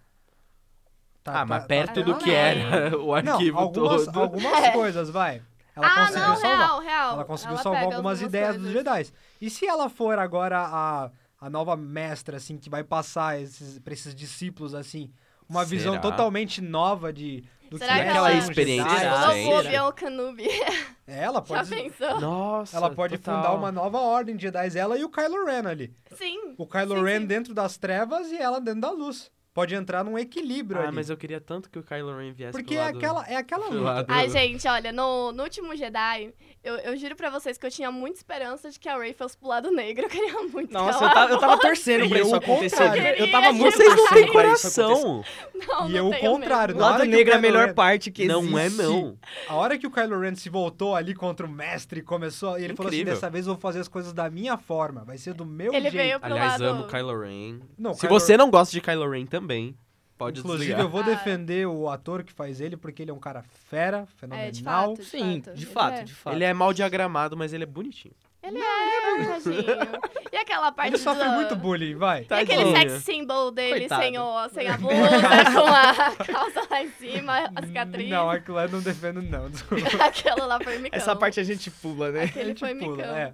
Speaker 2: Tá-
Speaker 4: Ah,
Speaker 2: tá-
Speaker 4: mas
Speaker 2: tá-
Speaker 4: perto
Speaker 3: tá-
Speaker 4: do
Speaker 3: não
Speaker 4: que
Speaker 3: lembro.
Speaker 4: era o
Speaker 2: Não,
Speaker 4: arquivo
Speaker 2: algumas,
Speaker 4: todo.
Speaker 2: algumas
Speaker 3: É.
Speaker 2: coisas, vai. Ela
Speaker 3: Ah,
Speaker 2: conseguiu
Speaker 3: não,
Speaker 2: salvar.
Speaker 3: real, real.
Speaker 2: Ela conseguiu
Speaker 3: Ela
Speaker 2: salvar
Speaker 3: pega
Speaker 2: algumas ideias
Speaker 3: coisas.
Speaker 2: dos Jedi. E se ela for agora a, a nova mestra, assim, que vai passar esses, pra esses discípulos, assim, uma visão
Speaker 4: Será?
Speaker 2: totalmente nova de, do
Speaker 3: Será
Speaker 2: que
Speaker 3: que
Speaker 2: é
Speaker 3: ela-
Speaker 2: ser um
Speaker 4: experiência
Speaker 2: Jedi?
Speaker 3: Tipo,
Speaker 4: Ah,
Speaker 3: não
Speaker 4: sim.
Speaker 3: vou ver o Canubi.
Speaker 2: Ela
Speaker 3: Já
Speaker 2: pode,
Speaker 3: pensou?
Speaker 4: Nossa,
Speaker 2: ela pode
Speaker 4: total.
Speaker 2: fundar uma nova ordem de Jedi, ela e o Kylo Ren ali.
Speaker 3: Sim.
Speaker 2: O Kylo
Speaker 3: Sim,
Speaker 2: Ren
Speaker 3: sim.
Speaker 2: dentro das trevas e ela dentro da luz. Pode entrar num equilíbrio
Speaker 4: Ah,
Speaker 2: ali.
Speaker 4: mas eu queria tanto que o Kylo Ren viesse
Speaker 2: Porque
Speaker 4: pro
Speaker 2: é
Speaker 4: lado...
Speaker 2: aquela, é aquela
Speaker 4: pro
Speaker 2: luta.
Speaker 4: lado-
Speaker 3: Ai, gente, olha, no, no último Jedi, eu, eu juro pra vocês que eu tinha muita esperança de que a Rey fosse pro lado negro. Eu queria muito que
Speaker 5: Nossa,
Speaker 3: ela
Speaker 5: eu tava, eu tava torcendo pra
Speaker 2: Eu
Speaker 5: isso
Speaker 2: o
Speaker 5: acontecer.
Speaker 2: contrário.
Speaker 5: Eu,
Speaker 3: Queria
Speaker 5: tava muito
Speaker 4: Vocês não
Speaker 5: torcendo
Speaker 4: têm
Speaker 5: pra isso acontecer.
Speaker 4: coração.
Speaker 3: Não,
Speaker 2: E
Speaker 3: não
Speaker 2: eu o
Speaker 3: tenho
Speaker 2: contrário,
Speaker 5: O
Speaker 3: mesmo.
Speaker 2: Na hora
Speaker 5: lado
Speaker 2: que o
Speaker 5: negro é a
Speaker 2: Kylo
Speaker 5: melhor
Speaker 2: Ren-
Speaker 5: parte que
Speaker 4: Não é,
Speaker 5: existe.
Speaker 4: não.
Speaker 2: A hora que o Kylo Ren se voltou ali contra o mestre e começou, ele falou assim:
Speaker 4: Incrível.
Speaker 2: dessa vez eu vou fazer as coisas da minha forma, vai ser do meu
Speaker 3: Ele
Speaker 2: jeito.
Speaker 3: veio pro
Speaker 4: Aliás,
Speaker 3: lado...
Speaker 4: amo Kylo Ren.
Speaker 2: Não,
Speaker 4: Se
Speaker 2: Kylo-
Speaker 4: você não gosta de Kylo Ren também, pode
Speaker 2: Inclusive,
Speaker 4: desligar.
Speaker 2: eu vou
Speaker 3: Ah.
Speaker 2: defender o ator que faz ele, porque ele é um cara fera, fenomenal.
Speaker 3: É, de fato, de
Speaker 5: Sim,
Speaker 3: fato.
Speaker 5: de
Speaker 3: Ele
Speaker 5: fato,
Speaker 3: é.
Speaker 5: de fato.
Speaker 4: Ele é mal diagramado, mas ele é bonitinho.
Speaker 3: Ele é, tadinho. E aquela parte
Speaker 2: Ele sofre
Speaker 3: do...
Speaker 2: muito bullying, vai.
Speaker 3: E aquele
Speaker 4: Tadinho.
Speaker 3: sex symbol dele
Speaker 5: Coitado.
Speaker 3: sem, o, sem a blusa, com a calça lá em cima, a cicatriz.
Speaker 2: Hum, Não, aquilo lá eu não defendo, não. desculpa.
Speaker 3: Aquela lá foi micão.
Speaker 5: Essa parte a gente pula, né?
Speaker 3: Aquele foi micão.
Speaker 2: é.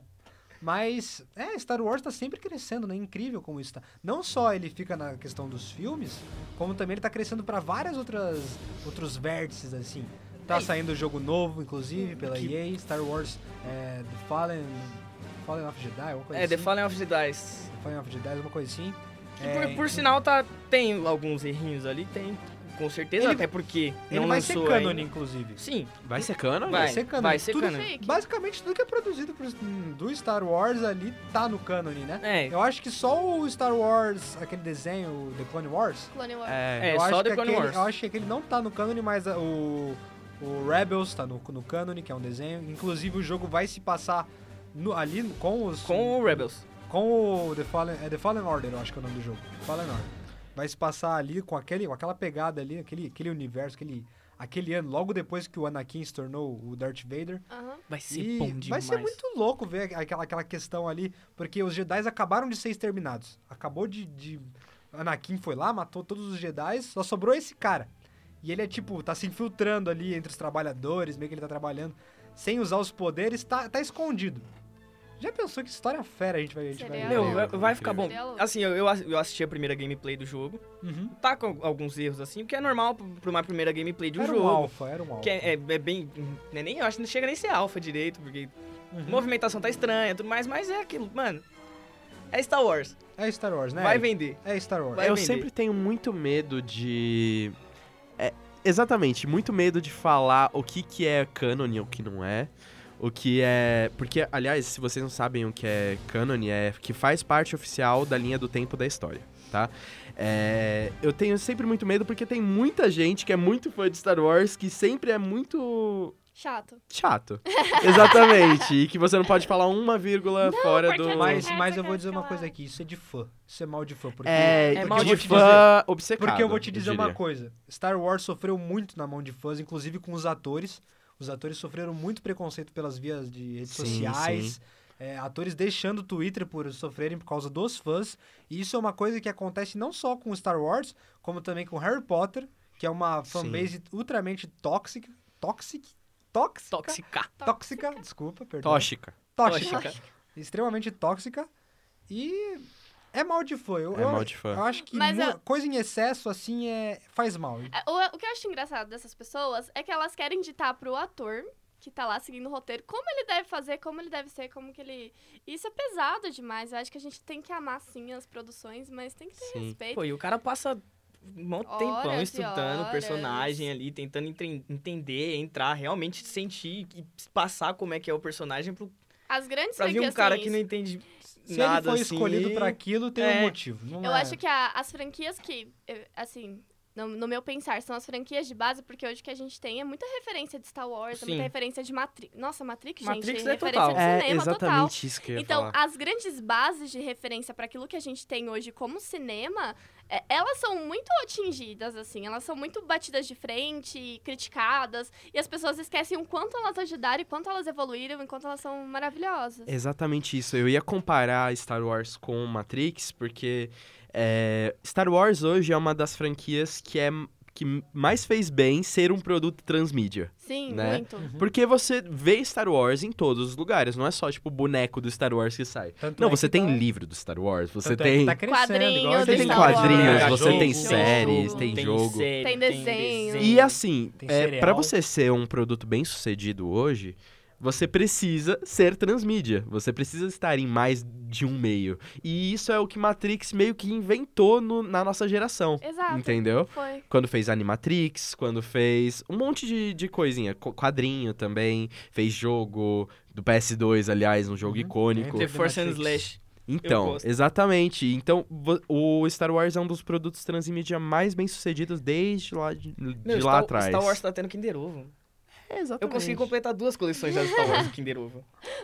Speaker 2: Mas, é, Star Wars tá sempre crescendo, né? Incrível como isso tá. Não só ele fica na questão dos filmes, como também ele tá crescendo pra várias outras outros vértices, assim.
Speaker 5: É,
Speaker 2: Tá saindo jogo novo,
Speaker 5: Hum,
Speaker 2: inclusive, pela EA, Star Wars é, The Fallen, Fallen of Jedi, alguma coisa
Speaker 5: É, The
Speaker 2: assim.
Speaker 5: Fallen of Jedi.
Speaker 2: Fallen of Jedi, alguma coisa assim.
Speaker 5: Que
Speaker 2: É,
Speaker 5: por, por sinal, tá, tem alguns errinhos ali, tem, com certeza,
Speaker 2: Ele-
Speaker 5: até porque
Speaker 2: Ele
Speaker 5: não
Speaker 2: vai ser
Speaker 5: lançou
Speaker 2: cânone,
Speaker 5: ainda.
Speaker 2: inclusive.
Speaker 5: Sim,
Speaker 4: Vai ser cânone?
Speaker 5: Vai.
Speaker 2: ser cânone.
Speaker 5: ser
Speaker 2: Tudo-
Speaker 5: cânone.
Speaker 3: Fake.
Speaker 2: Basicamente, tudo que é produzido por- do Star Wars ali tá no cânone, né?
Speaker 5: é.
Speaker 2: Eu acho que só o Star Wars, aquele desenho, The Clone Wars.
Speaker 3: Clone Wars.
Speaker 4: É.
Speaker 5: É,
Speaker 2: eu
Speaker 5: só
Speaker 2: acho
Speaker 5: The
Speaker 2: que
Speaker 5: Clone
Speaker 2: aquele,
Speaker 5: Wars.
Speaker 2: Eu acho que aquele não tá no cânone, mas ah, o, o Rebels tá no, no cânone, que é um desenho. Inclusive, o jogo vai se passar no- ali com os.
Speaker 5: Com o Rebels.
Speaker 2: com o The Fallen. É The Fallen Order, eu acho que é o nome do jogo. Fallen Order. Vai se passar ali com, aquele, com aquela pegada ali, aquele, aquele universo, aquele, aquele ano, logo depois que o Anakin se tornou o Darth Vader.
Speaker 3: Aham.
Speaker 5: Vai ser
Speaker 2: E
Speaker 5: bom demais.
Speaker 2: vai ser muito louco ver aquela, aquela questão ali, porque os Jedi acabaram de ser exterminados. Acabou de, de- Anakin foi lá, matou todos os Jedi, só sobrou esse cara. E ele é tipo, tá se infiltrando ali entre os trabalhadores, meio que ele tá trabalhando, sem usar os poderes, tá, tá escondido. Já pensou que história fera a gente vai, a gente vai
Speaker 3: Seria
Speaker 5: Meu,
Speaker 2: ver?
Speaker 5: vai, vai ficar bom.
Speaker 3: Seria louco.
Speaker 5: Assim, eu, eu ass- eu assisti a primeira gameplay do jogo.
Speaker 2: Uhum.
Speaker 5: Tá com alguns erros, assim, o que é normal pra- pra uma primeira gameplay de um
Speaker 2: Era um
Speaker 5: jogo.
Speaker 2: alfa, era um alfa.
Speaker 5: Que é, é- é bem. né, nem, eu acho que não chega nem a ser alfa direito, porque Movimentação tá estranha, tudo mais, mas é aquilo, mano. É Star Wars.
Speaker 2: É Star Wars, né?
Speaker 5: Vai vender.
Speaker 2: É Star Wars.
Speaker 5: Vai
Speaker 4: eu
Speaker 5: vender.
Speaker 4: sempre tenho muito medo de. é, exatamente, muito medo de falar o que, que é canon e o que não é. O que é. Porque, aliás, se vocês não sabem o que é canon, é que faz parte oficial da linha do tempo da história, tá? É, eu tenho sempre muito medo porque tem muita gente que é muito fã de Star Wars que sempre é muito
Speaker 3: Chato.
Speaker 4: chato. Exatamente. e que você não pode falar uma vírgula fora
Speaker 3: porque
Speaker 4: do.
Speaker 3: é
Speaker 2: Mas,
Speaker 3: Caraca,
Speaker 2: mas eu vou dizer uma
Speaker 3: aquela-
Speaker 2: coisa aqui, isso é de fã. Isso é mal de fã. Porque,
Speaker 4: É,
Speaker 5: É
Speaker 2: porque
Speaker 5: mal
Speaker 2: eu
Speaker 4: de
Speaker 2: vou
Speaker 4: fã
Speaker 2: te dizer-
Speaker 4: obcecado.
Speaker 2: Porque eu vou te dizer uma
Speaker 4: diria.
Speaker 2: coisa. Star Wars sofreu muito na mão de fãs, inclusive com os atores. Os atores sofreram muito preconceito pelas vias de redes
Speaker 4: Sim,
Speaker 2: sociais. é, atores deixando o Twitter por sofrerem por causa dos fãs. E isso é uma coisa que acontece não só com Star Wars, como também com Harry Potter, que é uma
Speaker 4: Sim.
Speaker 2: fanbase ultramente tóxica. Tóxica? Tóxica?
Speaker 5: Tóxica.
Speaker 2: Tóxica, desculpa, perdão.
Speaker 4: Tóxica.
Speaker 2: Tóxica. Extremamente tóxica. E é mal de fã. Eu,
Speaker 4: É
Speaker 2: eu
Speaker 4: mal
Speaker 2: acho-
Speaker 4: de fã.
Speaker 2: Eu acho que
Speaker 3: Mas
Speaker 2: mu-
Speaker 3: eu-
Speaker 2: coisa em excesso, assim, é faz mal.
Speaker 3: É, O, o que eu acho engraçado dessas pessoas é que elas querem ditar pro ator que tá lá seguindo o roteiro como ele deve fazer, como ele deve ser, como que ele. Isso é pesado demais. Eu acho que a gente tem que amar sim as produções, mas tem que ter
Speaker 4: Sim.
Speaker 3: respeito.
Speaker 5: Pô, e o cara passa um monte de tempão
Speaker 3: Horas e
Speaker 5: estudando o
Speaker 3: horas.
Speaker 5: personagem ali, tentando entre- entender, entrar, realmente sentir e passar como é que é o personagem pro,
Speaker 3: As grandes
Speaker 5: pra vir um
Speaker 3: franquias
Speaker 5: cara
Speaker 3: têm
Speaker 5: que
Speaker 3: isso.
Speaker 5: não entende
Speaker 2: Se
Speaker 5: nada
Speaker 2: ele foi
Speaker 5: assim.
Speaker 2: escolhido pra aquilo, tem
Speaker 5: é.
Speaker 2: um motivo. Não
Speaker 3: Eu
Speaker 2: é-
Speaker 3: acho que a- as franquias que, eh, assim, no, no meu pensar, são as franquias de base, porque hoje o que a gente tem é muita referência de Star Wars, é muita
Speaker 5: Sim.
Speaker 3: referência de Matrix. Nossa, Matrix,
Speaker 5: Matrix
Speaker 3: gente,
Speaker 5: é
Speaker 3: referência
Speaker 5: total.
Speaker 3: de cinema total.
Speaker 4: isso que
Speaker 3: Então, as grandes bases de referência para aquilo que a gente tem hoje como cinema, é, elas são muito atingidas, assim. Elas são muito batidas de frente, e criticadas. E as pessoas esquecem o quanto elas ajudaram, e quanto elas evoluíram, e quanto elas são
Speaker 4: É,
Speaker 3: maravilhosas.
Speaker 4: Exatamente isso. Eu ia comparar Star Wars com Matrix, porque é, Star Wars hoje é uma das franquias que é que mais fez bem ser um produto transmídia.
Speaker 3: Sim,
Speaker 4: Né?
Speaker 3: muito.
Speaker 2: Uhum.
Speaker 4: Porque você vê Star Wars em todos os lugares, não é só tipo o boneco do Star Wars que sai.
Speaker 2: Tanto
Speaker 4: não,
Speaker 2: é
Speaker 4: você
Speaker 2: que
Speaker 4: tem
Speaker 2: tá-
Speaker 4: livro do Star Wars, você
Speaker 2: tanto é que
Speaker 4: tem
Speaker 2: tá crescendo,
Speaker 3: Quadrinho
Speaker 2: igual a
Speaker 3: do
Speaker 4: Você
Speaker 2: gente
Speaker 4: tem
Speaker 2: tá
Speaker 3: Star Wars.
Speaker 4: quadrinhos,
Speaker 3: Tem
Speaker 4: você tem
Speaker 3: jogo,
Speaker 4: séries,
Speaker 3: jogo,
Speaker 4: tem jogo.
Speaker 5: série,
Speaker 3: Tem desenho.
Speaker 4: E assim,
Speaker 2: Tem
Speaker 4: é,
Speaker 2: cereal.
Speaker 4: para você ser um produto bem sucedido hoje, você precisa ser transmídia. Você precisa estar em mais de um meio. E isso é o que Matrix meio que inventou no- na nossa geração.
Speaker 3: Exato.
Speaker 4: Entendeu?
Speaker 3: Foi.
Speaker 4: Quando fez Animatrix, quando fez um monte de, de coisinha. co- Quadrinho também, fez jogo do PS2, aliás, um jogo
Speaker 2: Uhum.
Speaker 4: icônico.
Speaker 5: The Force and
Speaker 2: Matrix.
Speaker 5: Slash. Eu
Speaker 4: Então,
Speaker 5: gosto.
Speaker 4: exatamente. Então, vo- o Star Wars é um dos produtos transmídia mais bem sucedidos desde lá de, de
Speaker 5: Meu,
Speaker 4: lá
Speaker 5: Star,
Speaker 4: atrás.
Speaker 5: Star Wars tá tendo Kinder Ovo.
Speaker 4: exatamente.
Speaker 5: Eu consegui completar duas coleções da Star Wars do Kinder Ovo.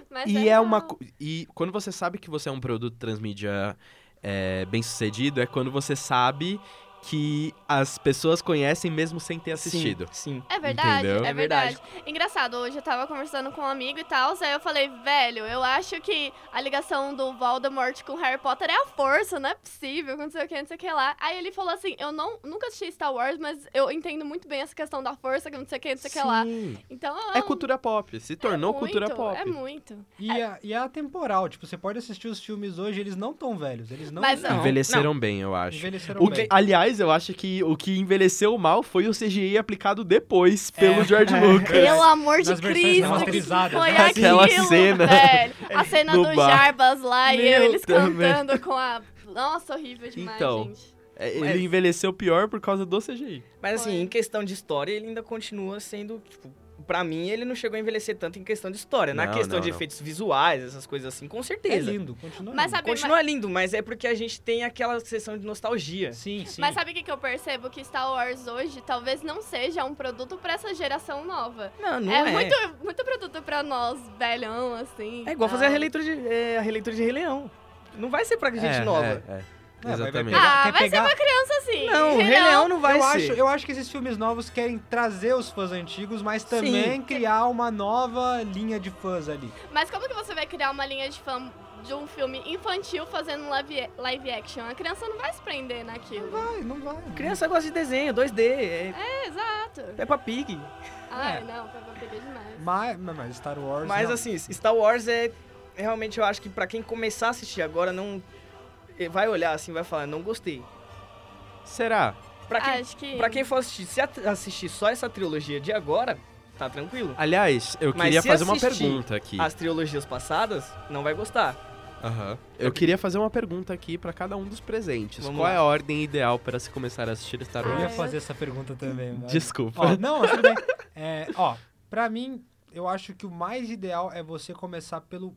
Speaker 3: Mas
Speaker 4: E é uma
Speaker 3: real.
Speaker 4: co- e quando você sabe que você é um produto transmídia é, bem sucedido é quando você sabe que as pessoas conhecem mesmo sem ter assistido.
Speaker 5: Sim. sim.
Speaker 3: É verdade,
Speaker 4: Entendeu?
Speaker 3: é
Speaker 5: É
Speaker 3: verdade.
Speaker 5: verdade.
Speaker 3: Engraçado, hoje eu tava conversando com um amigo e tal, aí eu falei, velho, eu acho que a ligação do Voldemort com Harry Potter é a força, não é possível, não sei o que, não sei o que lá. Aí ele falou assim, eu não, nunca assisti Star Wars, mas eu entendo muito bem essa questão da força, que não sei o que, não sei o que lá.
Speaker 4: Sim.
Speaker 3: Então,
Speaker 4: É cultura pop, se tornou
Speaker 3: muito,
Speaker 4: cultura pop.
Speaker 3: É muito.
Speaker 2: E a, e a temporal, tipo, você pode assistir os filmes hoje, eles não tão velhos. Eles não,
Speaker 3: Mas não.
Speaker 4: Envelheceram bem, eu acho.
Speaker 2: envelheceram
Speaker 4: O que-
Speaker 2: bem.
Speaker 4: aliás, eu acho que o que envelheceu mal foi o CGI aplicado depois
Speaker 3: É.
Speaker 4: pelo George Lucas.
Speaker 3: Pelo amor de
Speaker 2: Nas versões
Speaker 3: Cristo, que
Speaker 2: remasterizadas,
Speaker 3: foi
Speaker 2: né?
Speaker 3: aquilo,
Speaker 4: Aquela cena
Speaker 3: velho. A cena
Speaker 4: no
Speaker 3: do
Speaker 4: bar.
Speaker 3: Jarbas lá e
Speaker 4: Meu,
Speaker 3: eu, eles
Speaker 4: também.
Speaker 3: cantando com a... Nossa, horrível demais,
Speaker 4: Então,
Speaker 3: gente.
Speaker 4: É, Ele envelheceu pior por causa do CGI.
Speaker 5: Mas assim,
Speaker 3: Foi.
Speaker 5: em questão de história, ele ainda continua sendo, tipo, pra mim, ele não chegou a envelhecer tanto em questão de história. Na
Speaker 4: Não,
Speaker 5: questão
Speaker 4: não,
Speaker 5: de
Speaker 4: não.
Speaker 5: efeitos visuais, essas coisas assim, com
Speaker 2: É
Speaker 5: certeza.
Speaker 2: lindo, continua
Speaker 3: Mas
Speaker 2: lindo.
Speaker 3: sabe,
Speaker 5: Continua lindo, mas é porque a gente tem aquela sessão de nostalgia.
Speaker 2: Sim, sim.
Speaker 3: Mas sabe o que, que eu percebo? Que Star Wars hoje talvez não seja um produto pra essa geração nova.
Speaker 5: Não, não
Speaker 3: é,
Speaker 5: é.
Speaker 3: Muito, muito produto pra nós, velhão, assim.
Speaker 5: É igual
Speaker 3: tal.
Speaker 5: fazer a releitura, de, é, a releitura de Rei Leão. Não vai ser pra gente
Speaker 4: É,
Speaker 5: nova.
Speaker 4: é,
Speaker 2: É,
Speaker 4: é.
Speaker 2: vai- vai
Speaker 4: Exatamente.
Speaker 2: pegar-
Speaker 3: Ah,
Speaker 2: quer
Speaker 3: vai ser
Speaker 2: pegar-
Speaker 3: Pensa assim.
Speaker 5: Não, Rei
Speaker 3: Renan,
Speaker 5: Leão não vai
Speaker 2: eu
Speaker 5: ser.
Speaker 2: acho, eu acho que esses filmes novos querem trazer os fãs antigos, mas também criar uma nova linha de fãs ali.
Speaker 3: Mas como que você vai criar uma linha de fã de um filme infantil fazendo live, live action? A criança não vai se prender naquilo.
Speaker 2: Vai, não vai.
Speaker 5: Criança gosta de desenho, 2D, é
Speaker 3: É, exato.
Speaker 5: Peppa Pig.
Speaker 3: Ai, não, Peppa Pig é demais.
Speaker 2: Mas, mas Star Wars.
Speaker 5: Mas
Speaker 2: não.
Speaker 5: assim, Star Wars é. Realmente eu acho que pra quem começar a assistir agora, não. eh, Vai olhar assim, vai falar, não gostei.
Speaker 4: Será?
Speaker 5: Pra quem,
Speaker 3: Acho que...
Speaker 5: Ah, pra quem for assistir, se at- assistir só essa trilogia de agora, tá tranquilo.
Speaker 4: Aliás, eu
Speaker 5: Mas
Speaker 4: queria
Speaker 5: se
Speaker 4: fazer uma
Speaker 5: assistir
Speaker 4: pergunta aqui.
Speaker 5: As trilogias passadas, não vai gostar.
Speaker 4: Aham. Eu queria fazer uma pergunta aqui pra cada um dos presentes.
Speaker 5: Vamos
Speaker 4: Qual
Speaker 5: lá.
Speaker 4: é a ordem ideal para se começar a assistir Star
Speaker 2: Eu
Speaker 3: Ah,
Speaker 2: ia
Speaker 4: Wars?
Speaker 3: eu-
Speaker 2: fazer essa pergunta também, mas...
Speaker 4: Desculpa.
Speaker 2: Ó, não, tudo bem. É, ó, pra mim, eu acho que o mais ideal é você começar pelo...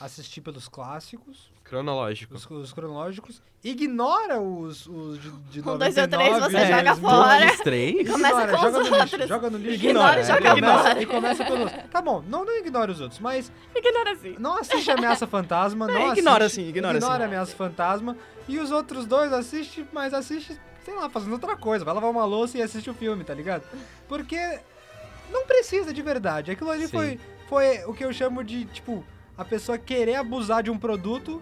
Speaker 2: Assistir pelos clássicos,
Speaker 4: Cronológico.
Speaker 3: Tá.
Speaker 2: os, os cronológicos. Ignora os, os de, de
Speaker 3: Um, dois ou
Speaker 2: 99,
Speaker 3: três, você
Speaker 2: né,
Speaker 3: joga
Speaker 2: os
Speaker 3: fora.
Speaker 4: Os três?
Speaker 3: Começa com
Speaker 2: joga
Speaker 3: os
Speaker 2: no lixo,
Speaker 3: outros.
Speaker 2: joga no lixo.
Speaker 3: Ignora
Speaker 4: e joga
Speaker 2: Começa-
Speaker 3: fora.
Speaker 2: E começa pelos... Tá bom, não, não ignora os outros, mas
Speaker 3: Ignora assim.
Speaker 2: Não assiste Ameaça Fantasma, não assiste.
Speaker 5: ignora assim, ignora assim.
Speaker 2: Ameaça Fantasma. E os outros dois assiste, mas assiste, sei lá, fazendo outra coisa. Vai lavar uma louça e assiste o filme, tá ligado? Porque não precisa de verdade. Aquilo ali
Speaker 4: Sim.
Speaker 2: foi, foi o que eu chamo de, tipo, a pessoa querer abusar de um produto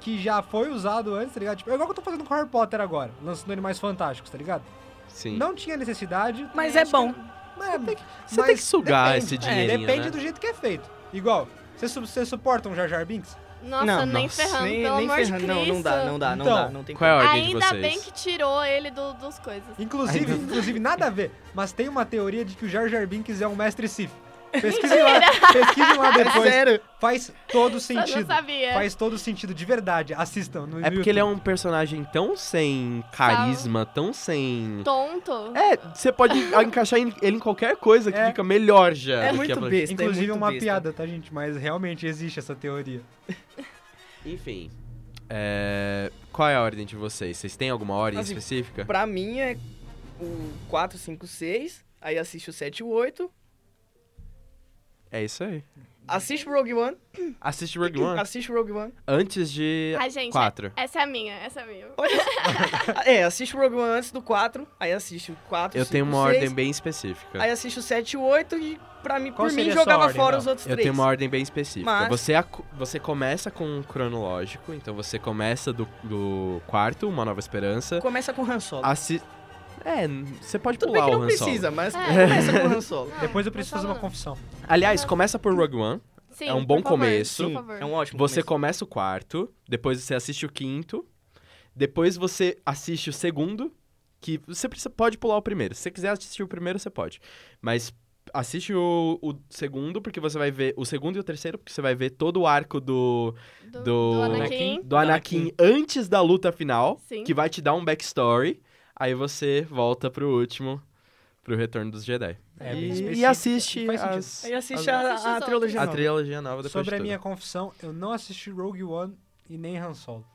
Speaker 2: que já foi usado antes, tá ligado? Tipo, é igual que eu tô fazendo com Harry Potter agora, lançando Animais Fantásticos, tá ligado?
Speaker 4: Sim.
Speaker 2: Não tinha necessidade.
Speaker 5: Mas é bom.
Speaker 2: Mas é,
Speaker 4: Você
Speaker 2: mas
Speaker 4: tem que sugar
Speaker 2: depende.
Speaker 4: esse
Speaker 2: É,
Speaker 4: dinheirinho,
Speaker 2: depende
Speaker 4: né?
Speaker 2: do jeito que é feito. Igual, vocês su- vocês suportam Jar Jar Binks?
Speaker 3: Nossa,
Speaker 5: Não,
Speaker 3: nem
Speaker 4: nossa,
Speaker 3: ferrando,
Speaker 5: nem
Speaker 3: Ah, pelo
Speaker 5: nem
Speaker 3: amor
Speaker 5: ferrando.
Speaker 3: de
Speaker 5: Não,
Speaker 3: Cristo.
Speaker 5: não dá, não dá, não
Speaker 2: Então,
Speaker 5: dá. Não tem
Speaker 4: Qual é a ordem de
Speaker 3: Ainda
Speaker 4: vocês?
Speaker 3: bem que tirou ele do, dos coisas.
Speaker 2: Inclusive, inclusive, nada a ver, mas tem uma teoria de que o Jar Jar Binks é um mestre Sith. Pesquisem lá, pesquisem lá
Speaker 5: como.
Speaker 2: depois.
Speaker 5: É Sério?
Speaker 2: Faz todo
Speaker 3: Eu não
Speaker 2: sentido.
Speaker 5: é.
Speaker 3: sabia.
Speaker 2: Faz todo sentido, de verdade. Assistam no
Speaker 4: É porque ele é um personagem tão sem carisma, tão sem...
Speaker 3: Tonto.
Speaker 4: É, você pode encaixar em- ele em qualquer coisa que
Speaker 2: É.
Speaker 4: fica melhor já.
Speaker 5: É
Speaker 4: do que
Speaker 5: muito
Speaker 4: a-
Speaker 5: besta.
Speaker 2: Inclusive, é
Speaker 5: muito
Speaker 2: uma
Speaker 5: besta.
Speaker 2: piada, tá, gente? Mas realmente existe essa teoria.
Speaker 4: Enfim. é, Qual é a ordem de vocês? Vocês têm alguma ordem
Speaker 5: Assim,
Speaker 4: específica?
Speaker 5: Pra mim é o 4, 5, 6. Aí assiste o 7 e o 8.
Speaker 4: É isso aí.
Speaker 5: Assiste o Rogue One.
Speaker 4: Assiste Rogue One
Speaker 5: Assiste o Rogue One.
Speaker 4: antes de
Speaker 3: Ai, gente,
Speaker 4: 4.
Speaker 3: essa é a minha, essa é a minha.
Speaker 5: É, assiste o Rogue One antes do 4. Aí assiste o 4,
Speaker 4: Eu
Speaker 5: 5,
Speaker 4: tenho uma
Speaker 5: 6,
Speaker 4: ordem bem específica.
Speaker 5: Aí assiste o 7 e o 8 e pra mim,
Speaker 2: Qual
Speaker 5: por
Speaker 2: seria
Speaker 5: mim,
Speaker 2: a sua
Speaker 5: jogava
Speaker 2: ordem,
Speaker 5: fora
Speaker 2: Léo?
Speaker 5: os outros
Speaker 4: Eu
Speaker 5: três.
Speaker 4: tenho uma ordem bem específica.
Speaker 5: Mas-
Speaker 4: Você, acu- você começa com um cronológico, então você começa do, do quarto, Uma Nova Esperança.
Speaker 5: Começa com o Han Solo.
Speaker 4: Assi... É, n- você pode
Speaker 5: Tudo bem
Speaker 4: pular
Speaker 5: que
Speaker 4: o
Speaker 5: não
Speaker 4: Ah, Han Solo.
Speaker 5: precisa, mas
Speaker 3: É.
Speaker 5: começa com o Han Solo.
Speaker 3: Não,
Speaker 2: Depois eu
Speaker 3: não
Speaker 2: preciso fazer uma
Speaker 3: fala não.
Speaker 2: confissão.
Speaker 4: Aliás, começa por Rogue One,
Speaker 3: Sim,
Speaker 4: é um
Speaker 3: por
Speaker 4: bom
Speaker 3: favor,
Speaker 4: começo.
Speaker 3: por
Speaker 5: Sim,
Speaker 3: favor.
Speaker 5: é um ótimo
Speaker 4: você
Speaker 5: começo.
Speaker 4: começa o quarto, depois você assiste o quinto, depois você assiste o segundo, que você precisa- pode pular o primeiro. Se você quiser assistir o primeiro, você pode. Mas assiste o, o segundo, porque você vai ver o segundo e o terceiro, porque você vai ver todo o arco do
Speaker 3: Do,
Speaker 4: do,
Speaker 3: do Anakin.
Speaker 4: do Anakin antes da luta final,
Speaker 3: Sim.
Speaker 4: que vai te dar um backstory. Aí você volta pro último, pro Retorno dos Jedi.
Speaker 2: É, bem
Speaker 4: e, e
Speaker 2: específico,
Speaker 4: assiste
Speaker 2: faz sentido.
Speaker 4: as-
Speaker 5: Aí
Speaker 4: as-
Speaker 5: assiste a,
Speaker 3: Assiste os
Speaker 5: a
Speaker 3: outros.
Speaker 5: trilogia
Speaker 4: a
Speaker 5: nova.
Speaker 4: trilogia nova depois
Speaker 2: Sobre
Speaker 4: de
Speaker 2: a
Speaker 4: tudo.
Speaker 2: minha confissão, eu não assisti Rogue One e nem Han Solo.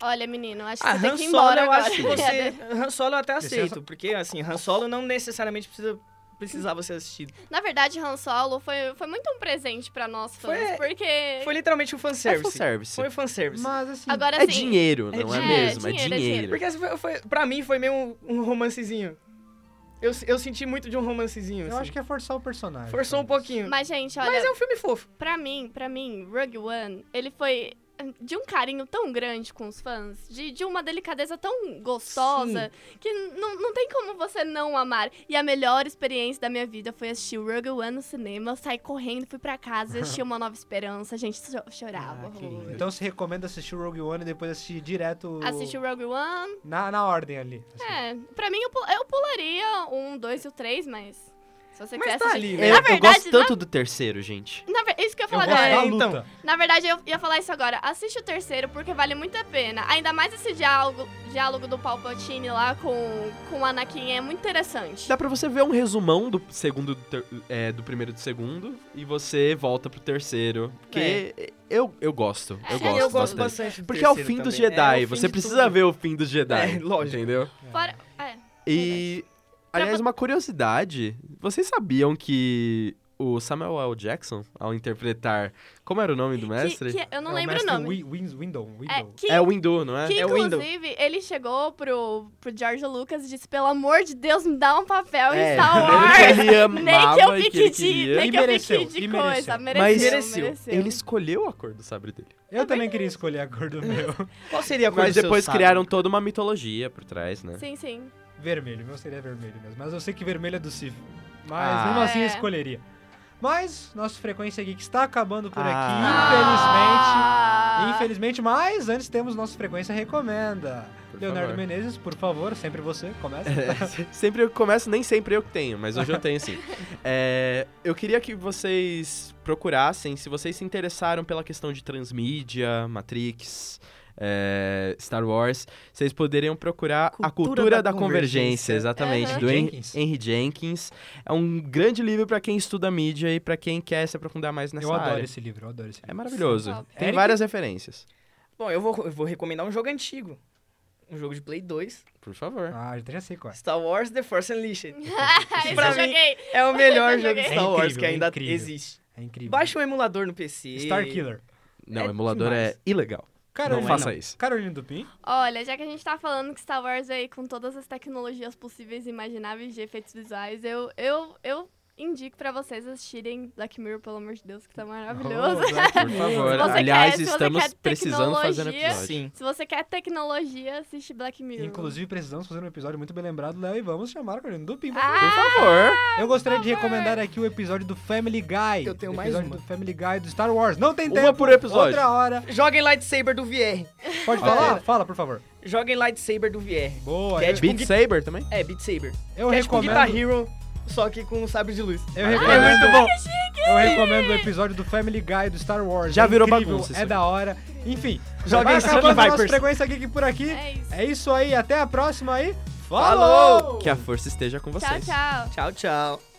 Speaker 3: Olha, menino, acho que
Speaker 5: Ah,
Speaker 3: você tem
Speaker 5: Han
Speaker 3: que ir
Speaker 5: Solo
Speaker 3: embora
Speaker 5: eu
Speaker 3: agora.
Speaker 5: acho que você... Han Solo eu até
Speaker 2: Esse Han
Speaker 5: aceito,
Speaker 2: Solo-
Speaker 5: porque assim, Han Solo não necessariamente precisa precisava ser assistido.
Speaker 3: Na verdade, Han Solo foi, foi muito um presente pra nós fãs,
Speaker 5: Foi-
Speaker 3: porque...
Speaker 5: Foi literalmente um
Speaker 4: É
Speaker 5: fanservice.
Speaker 4: fanservice.
Speaker 5: Foi um fanservice.
Speaker 2: Mas assim,
Speaker 3: Agora
Speaker 4: É
Speaker 3: sim,
Speaker 4: dinheiro,
Speaker 5: é
Speaker 4: não é,
Speaker 5: dinheiro.
Speaker 4: mesmo? É
Speaker 3: É dinheiro,
Speaker 4: dinheiro.
Speaker 3: é
Speaker 5: Porque assim, foi, foi, pra mim foi meio um, um romancezinho. Eu, se- eu senti muito de um romancezinho.
Speaker 2: eu
Speaker 5: assim.
Speaker 2: acho que é forçar o personagem.
Speaker 5: Forçou um
Speaker 2: talvez.
Speaker 5: pouquinho.
Speaker 3: mas
Speaker 5: Mas,
Speaker 3: gente, olha,
Speaker 5: é um filme fofo.
Speaker 3: pra mim, pra mim, Rogue One, ele foi de um carinho tão grande com os fãs, de, de uma delicadeza tão gostosa, que n- não não tem como você não amar. E a melhor experiência da minha vida foi assistir o Rogue One no cinema, eu saí correndo, fui pra casa, assisti Uma Nova Esperança, a gente cho- chorava.
Speaker 2: Ah, que lindo. Então se recomenda assistir o Rogue One e depois assistir direto
Speaker 3: Assistir o Rogue One,
Speaker 2: na, na ordem ali. assim.
Speaker 3: É, pra mim eu, pu- eu pularia um, dois e o três, mas. Se você
Speaker 5: Mas
Speaker 3: quiser
Speaker 5: tá
Speaker 3: assistir-
Speaker 5: ali,
Speaker 4: Eu,
Speaker 5: né?
Speaker 3: Na
Speaker 4: É, eu
Speaker 3: verdade,
Speaker 4: gosto
Speaker 3: na-
Speaker 4: tanto do terceiro, gente.
Speaker 3: na ver- isso que eu ia
Speaker 2: Eu
Speaker 3: falar
Speaker 2: gosto
Speaker 3: agora.
Speaker 2: da
Speaker 5: é,
Speaker 2: luta.
Speaker 5: então.
Speaker 3: Na verdade, eu ia falar isso agora. Assiste o terceiro, porque vale muito a pena. Ainda mais esse diálogo, diálogo do Palpatine lá com, com o Anakin é muito interessante.
Speaker 4: Dá pra você ver um resumão do segundo, do ter- é, do primeiro e do segundo, e você volta pro terceiro. Porque eu, eu gosto, eu
Speaker 3: É,
Speaker 4: gosto
Speaker 5: eu gosto
Speaker 4: bastante.
Speaker 5: bastante. do
Speaker 4: Porque é o
Speaker 5: terceiro
Speaker 4: fim dos
Speaker 5: também. É,
Speaker 4: Jedi,
Speaker 5: é o fim
Speaker 4: você
Speaker 5: de
Speaker 4: precisa
Speaker 5: tudo.
Speaker 4: ver o fim dos Jedi.
Speaker 5: É, lógico.
Speaker 4: Entendeu?
Speaker 3: Fora- é,
Speaker 4: E, aliás, uma curiosidade, vocês sabiam que o Samuel L. Jackson, ao interpretar, como era o nome do
Speaker 3: que-
Speaker 4: mestre?
Speaker 3: que eu não
Speaker 2: É
Speaker 3: lembro o
Speaker 2: mestre
Speaker 3: nome.
Speaker 2: Wi- Win, Window,
Speaker 3: É,
Speaker 2: Window.
Speaker 3: que,
Speaker 4: É o Windu, não é?
Speaker 3: que
Speaker 5: é o Window.
Speaker 3: inclusive ele chegou pro, pro George Lucas e disse: pelo amor de Deus, me dá um papel em
Speaker 4: É,
Speaker 3: Star Wars.
Speaker 4: ele que ele
Speaker 3: Nem que eu
Speaker 4: amava e que
Speaker 3: fique
Speaker 4: ele
Speaker 3: de,
Speaker 4: queria.
Speaker 3: nem
Speaker 2: E
Speaker 3: que eu
Speaker 2: mereceu,
Speaker 3: fique de
Speaker 2: e mereceu.
Speaker 3: coisa. Mereceu,
Speaker 4: Mas-
Speaker 3: mereceu.
Speaker 4: Ele escolheu a cor do sabre dele.
Speaker 2: Eu também queria escolher a cor do meu.
Speaker 5: Qual seria a cor
Speaker 4: Mas
Speaker 5: do seu
Speaker 4: depois
Speaker 5: sábio?
Speaker 4: criaram toda uma mitologia por trás, né?
Speaker 3: Sim, sim.
Speaker 2: vermelho, meu seria vermelho mesmo. Mas eu sei que vermelho é do Cif. Mas
Speaker 4: Ah.
Speaker 2: mesmo assim eu
Speaker 3: É.
Speaker 2: escolheria. Mas nosso Frequência Geek está acabando por aqui,
Speaker 4: Ah.
Speaker 2: infelizmente.
Speaker 3: Ah.
Speaker 2: Infelizmente, mas antes temos nosso Frequência Recomenda.
Speaker 4: Por
Speaker 2: Leonardo
Speaker 4: favor.
Speaker 2: Menezes, por favor, sempre você, começa.
Speaker 4: É, sempre eu começo, nem sempre eu que tenho, mas hoje eu tenho sim. É, eu queria que vocês procurassem, se vocês se interessaram pela questão de transmídia, Matrix, é, Star Wars, vocês poderiam procurar A
Speaker 5: Cultura
Speaker 4: Cultura
Speaker 5: da
Speaker 4: da, Convergência,
Speaker 5: Convergência.
Speaker 4: exatamente,
Speaker 3: Aham.
Speaker 4: do Hen-
Speaker 2: Jenkins.
Speaker 4: Henry Jenkins. É um grande livro para quem estuda mídia e para quem quer se aprofundar mais nessa
Speaker 2: eu adoro
Speaker 4: área.
Speaker 2: esse livro, eu adoro esse
Speaker 4: É
Speaker 2: livro.
Speaker 4: maravilhoso.
Speaker 3: Sim, top.
Speaker 4: Tem
Speaker 2: Eric?
Speaker 4: várias referências.
Speaker 5: Bom, eu vou, eu vou recomendar um jogo antigo. Um jogo de Play 2.
Speaker 4: Por favor.
Speaker 2: Ah, eu já sei qual é.
Speaker 5: Star Wars The Force Unleashed.
Speaker 3: Esse
Speaker 5: Pra
Speaker 3: eu
Speaker 5: mim-
Speaker 3: joguei.
Speaker 5: É o melhor
Speaker 3: Eu
Speaker 5: jogo
Speaker 3: joguei.
Speaker 5: de
Speaker 2: É
Speaker 5: Star Wars
Speaker 2: incrível,
Speaker 5: que
Speaker 2: é
Speaker 5: ainda
Speaker 2: incrível.
Speaker 5: existe.
Speaker 2: É incrível.
Speaker 5: Baixa um emulador no PC.
Speaker 2: Star Killer.
Speaker 4: Não,
Speaker 5: é
Speaker 4: o emulador
Speaker 5: demais.
Speaker 4: é ilegal.
Speaker 2: Carolina,
Speaker 4: não faça isso.
Speaker 2: Carolina Dupin.
Speaker 3: Olha, já que a gente tá falando que Star Wars aí com todas as tecnologias possíveis e imagináveis de efeitos visuais, eu, eu, eu indico pra vocês assistirem Black Mirror, pelo amor de Deus, que tá maravilhoso.
Speaker 2: Oh, Black
Speaker 4: Por
Speaker 2: Mirror.
Speaker 3: você
Speaker 4: favor.
Speaker 3: quer-
Speaker 4: Aliás,
Speaker 3: se você
Speaker 4: estamos
Speaker 3: quer
Speaker 4: precisando fazer um
Speaker 3: tecnologia-
Speaker 4: episódio.
Speaker 5: Sim.
Speaker 3: Se você quer tecnologia, assiste Black Mirror.
Speaker 2: Inclusive, precisamos fazer um episódio muito bem lembrado, Léo, e vamos chamar a Carolina Dupin.
Speaker 3: Ah,
Speaker 4: Por favor.
Speaker 2: eu gostaria de recomendar aqui o episódio do Family Guy.
Speaker 5: Eu tenho
Speaker 2: o
Speaker 5: mais
Speaker 2: episódio
Speaker 5: uma.
Speaker 2: do Family Guy do Star Wars. Não tem
Speaker 4: Uma
Speaker 2: tempo.
Speaker 4: por episódio. Ah.
Speaker 2: Outra hora.
Speaker 5: Joguem lightsaber do VR.
Speaker 2: Pode
Speaker 4: Ok.
Speaker 2: falar? Fala, por favor.
Speaker 5: Joguem lightsaber do VR.
Speaker 2: Boa.
Speaker 5: Que é
Speaker 2: eu-
Speaker 5: tipo
Speaker 4: Beat Saber também?
Speaker 5: É, Beat Saber.
Speaker 2: eu
Speaker 5: que é tipo Guitar
Speaker 2: recomendo...
Speaker 5: Hero, só que com um sabre de luz.
Speaker 2: Eu recomendo, é muito bom. Eu recomendo o episódio do Family Guy do Star Wars.
Speaker 4: Já
Speaker 2: é
Speaker 4: virou
Speaker 2: incrível,
Speaker 4: bagunça isso
Speaker 2: É
Speaker 4: aí.
Speaker 2: da hora. Enfim,
Speaker 5: Joga
Speaker 2: vai
Speaker 5: em Sonic
Speaker 2: acabando a nossa
Speaker 5: Vipers.
Speaker 2: frequência Geek por aqui.
Speaker 3: É isso.
Speaker 2: É isso aí, até a próxima aí.
Speaker 5: Falou!
Speaker 4: Que a força esteja com vocês.
Speaker 3: Tchau, tchau.
Speaker 5: Tchau, tchau.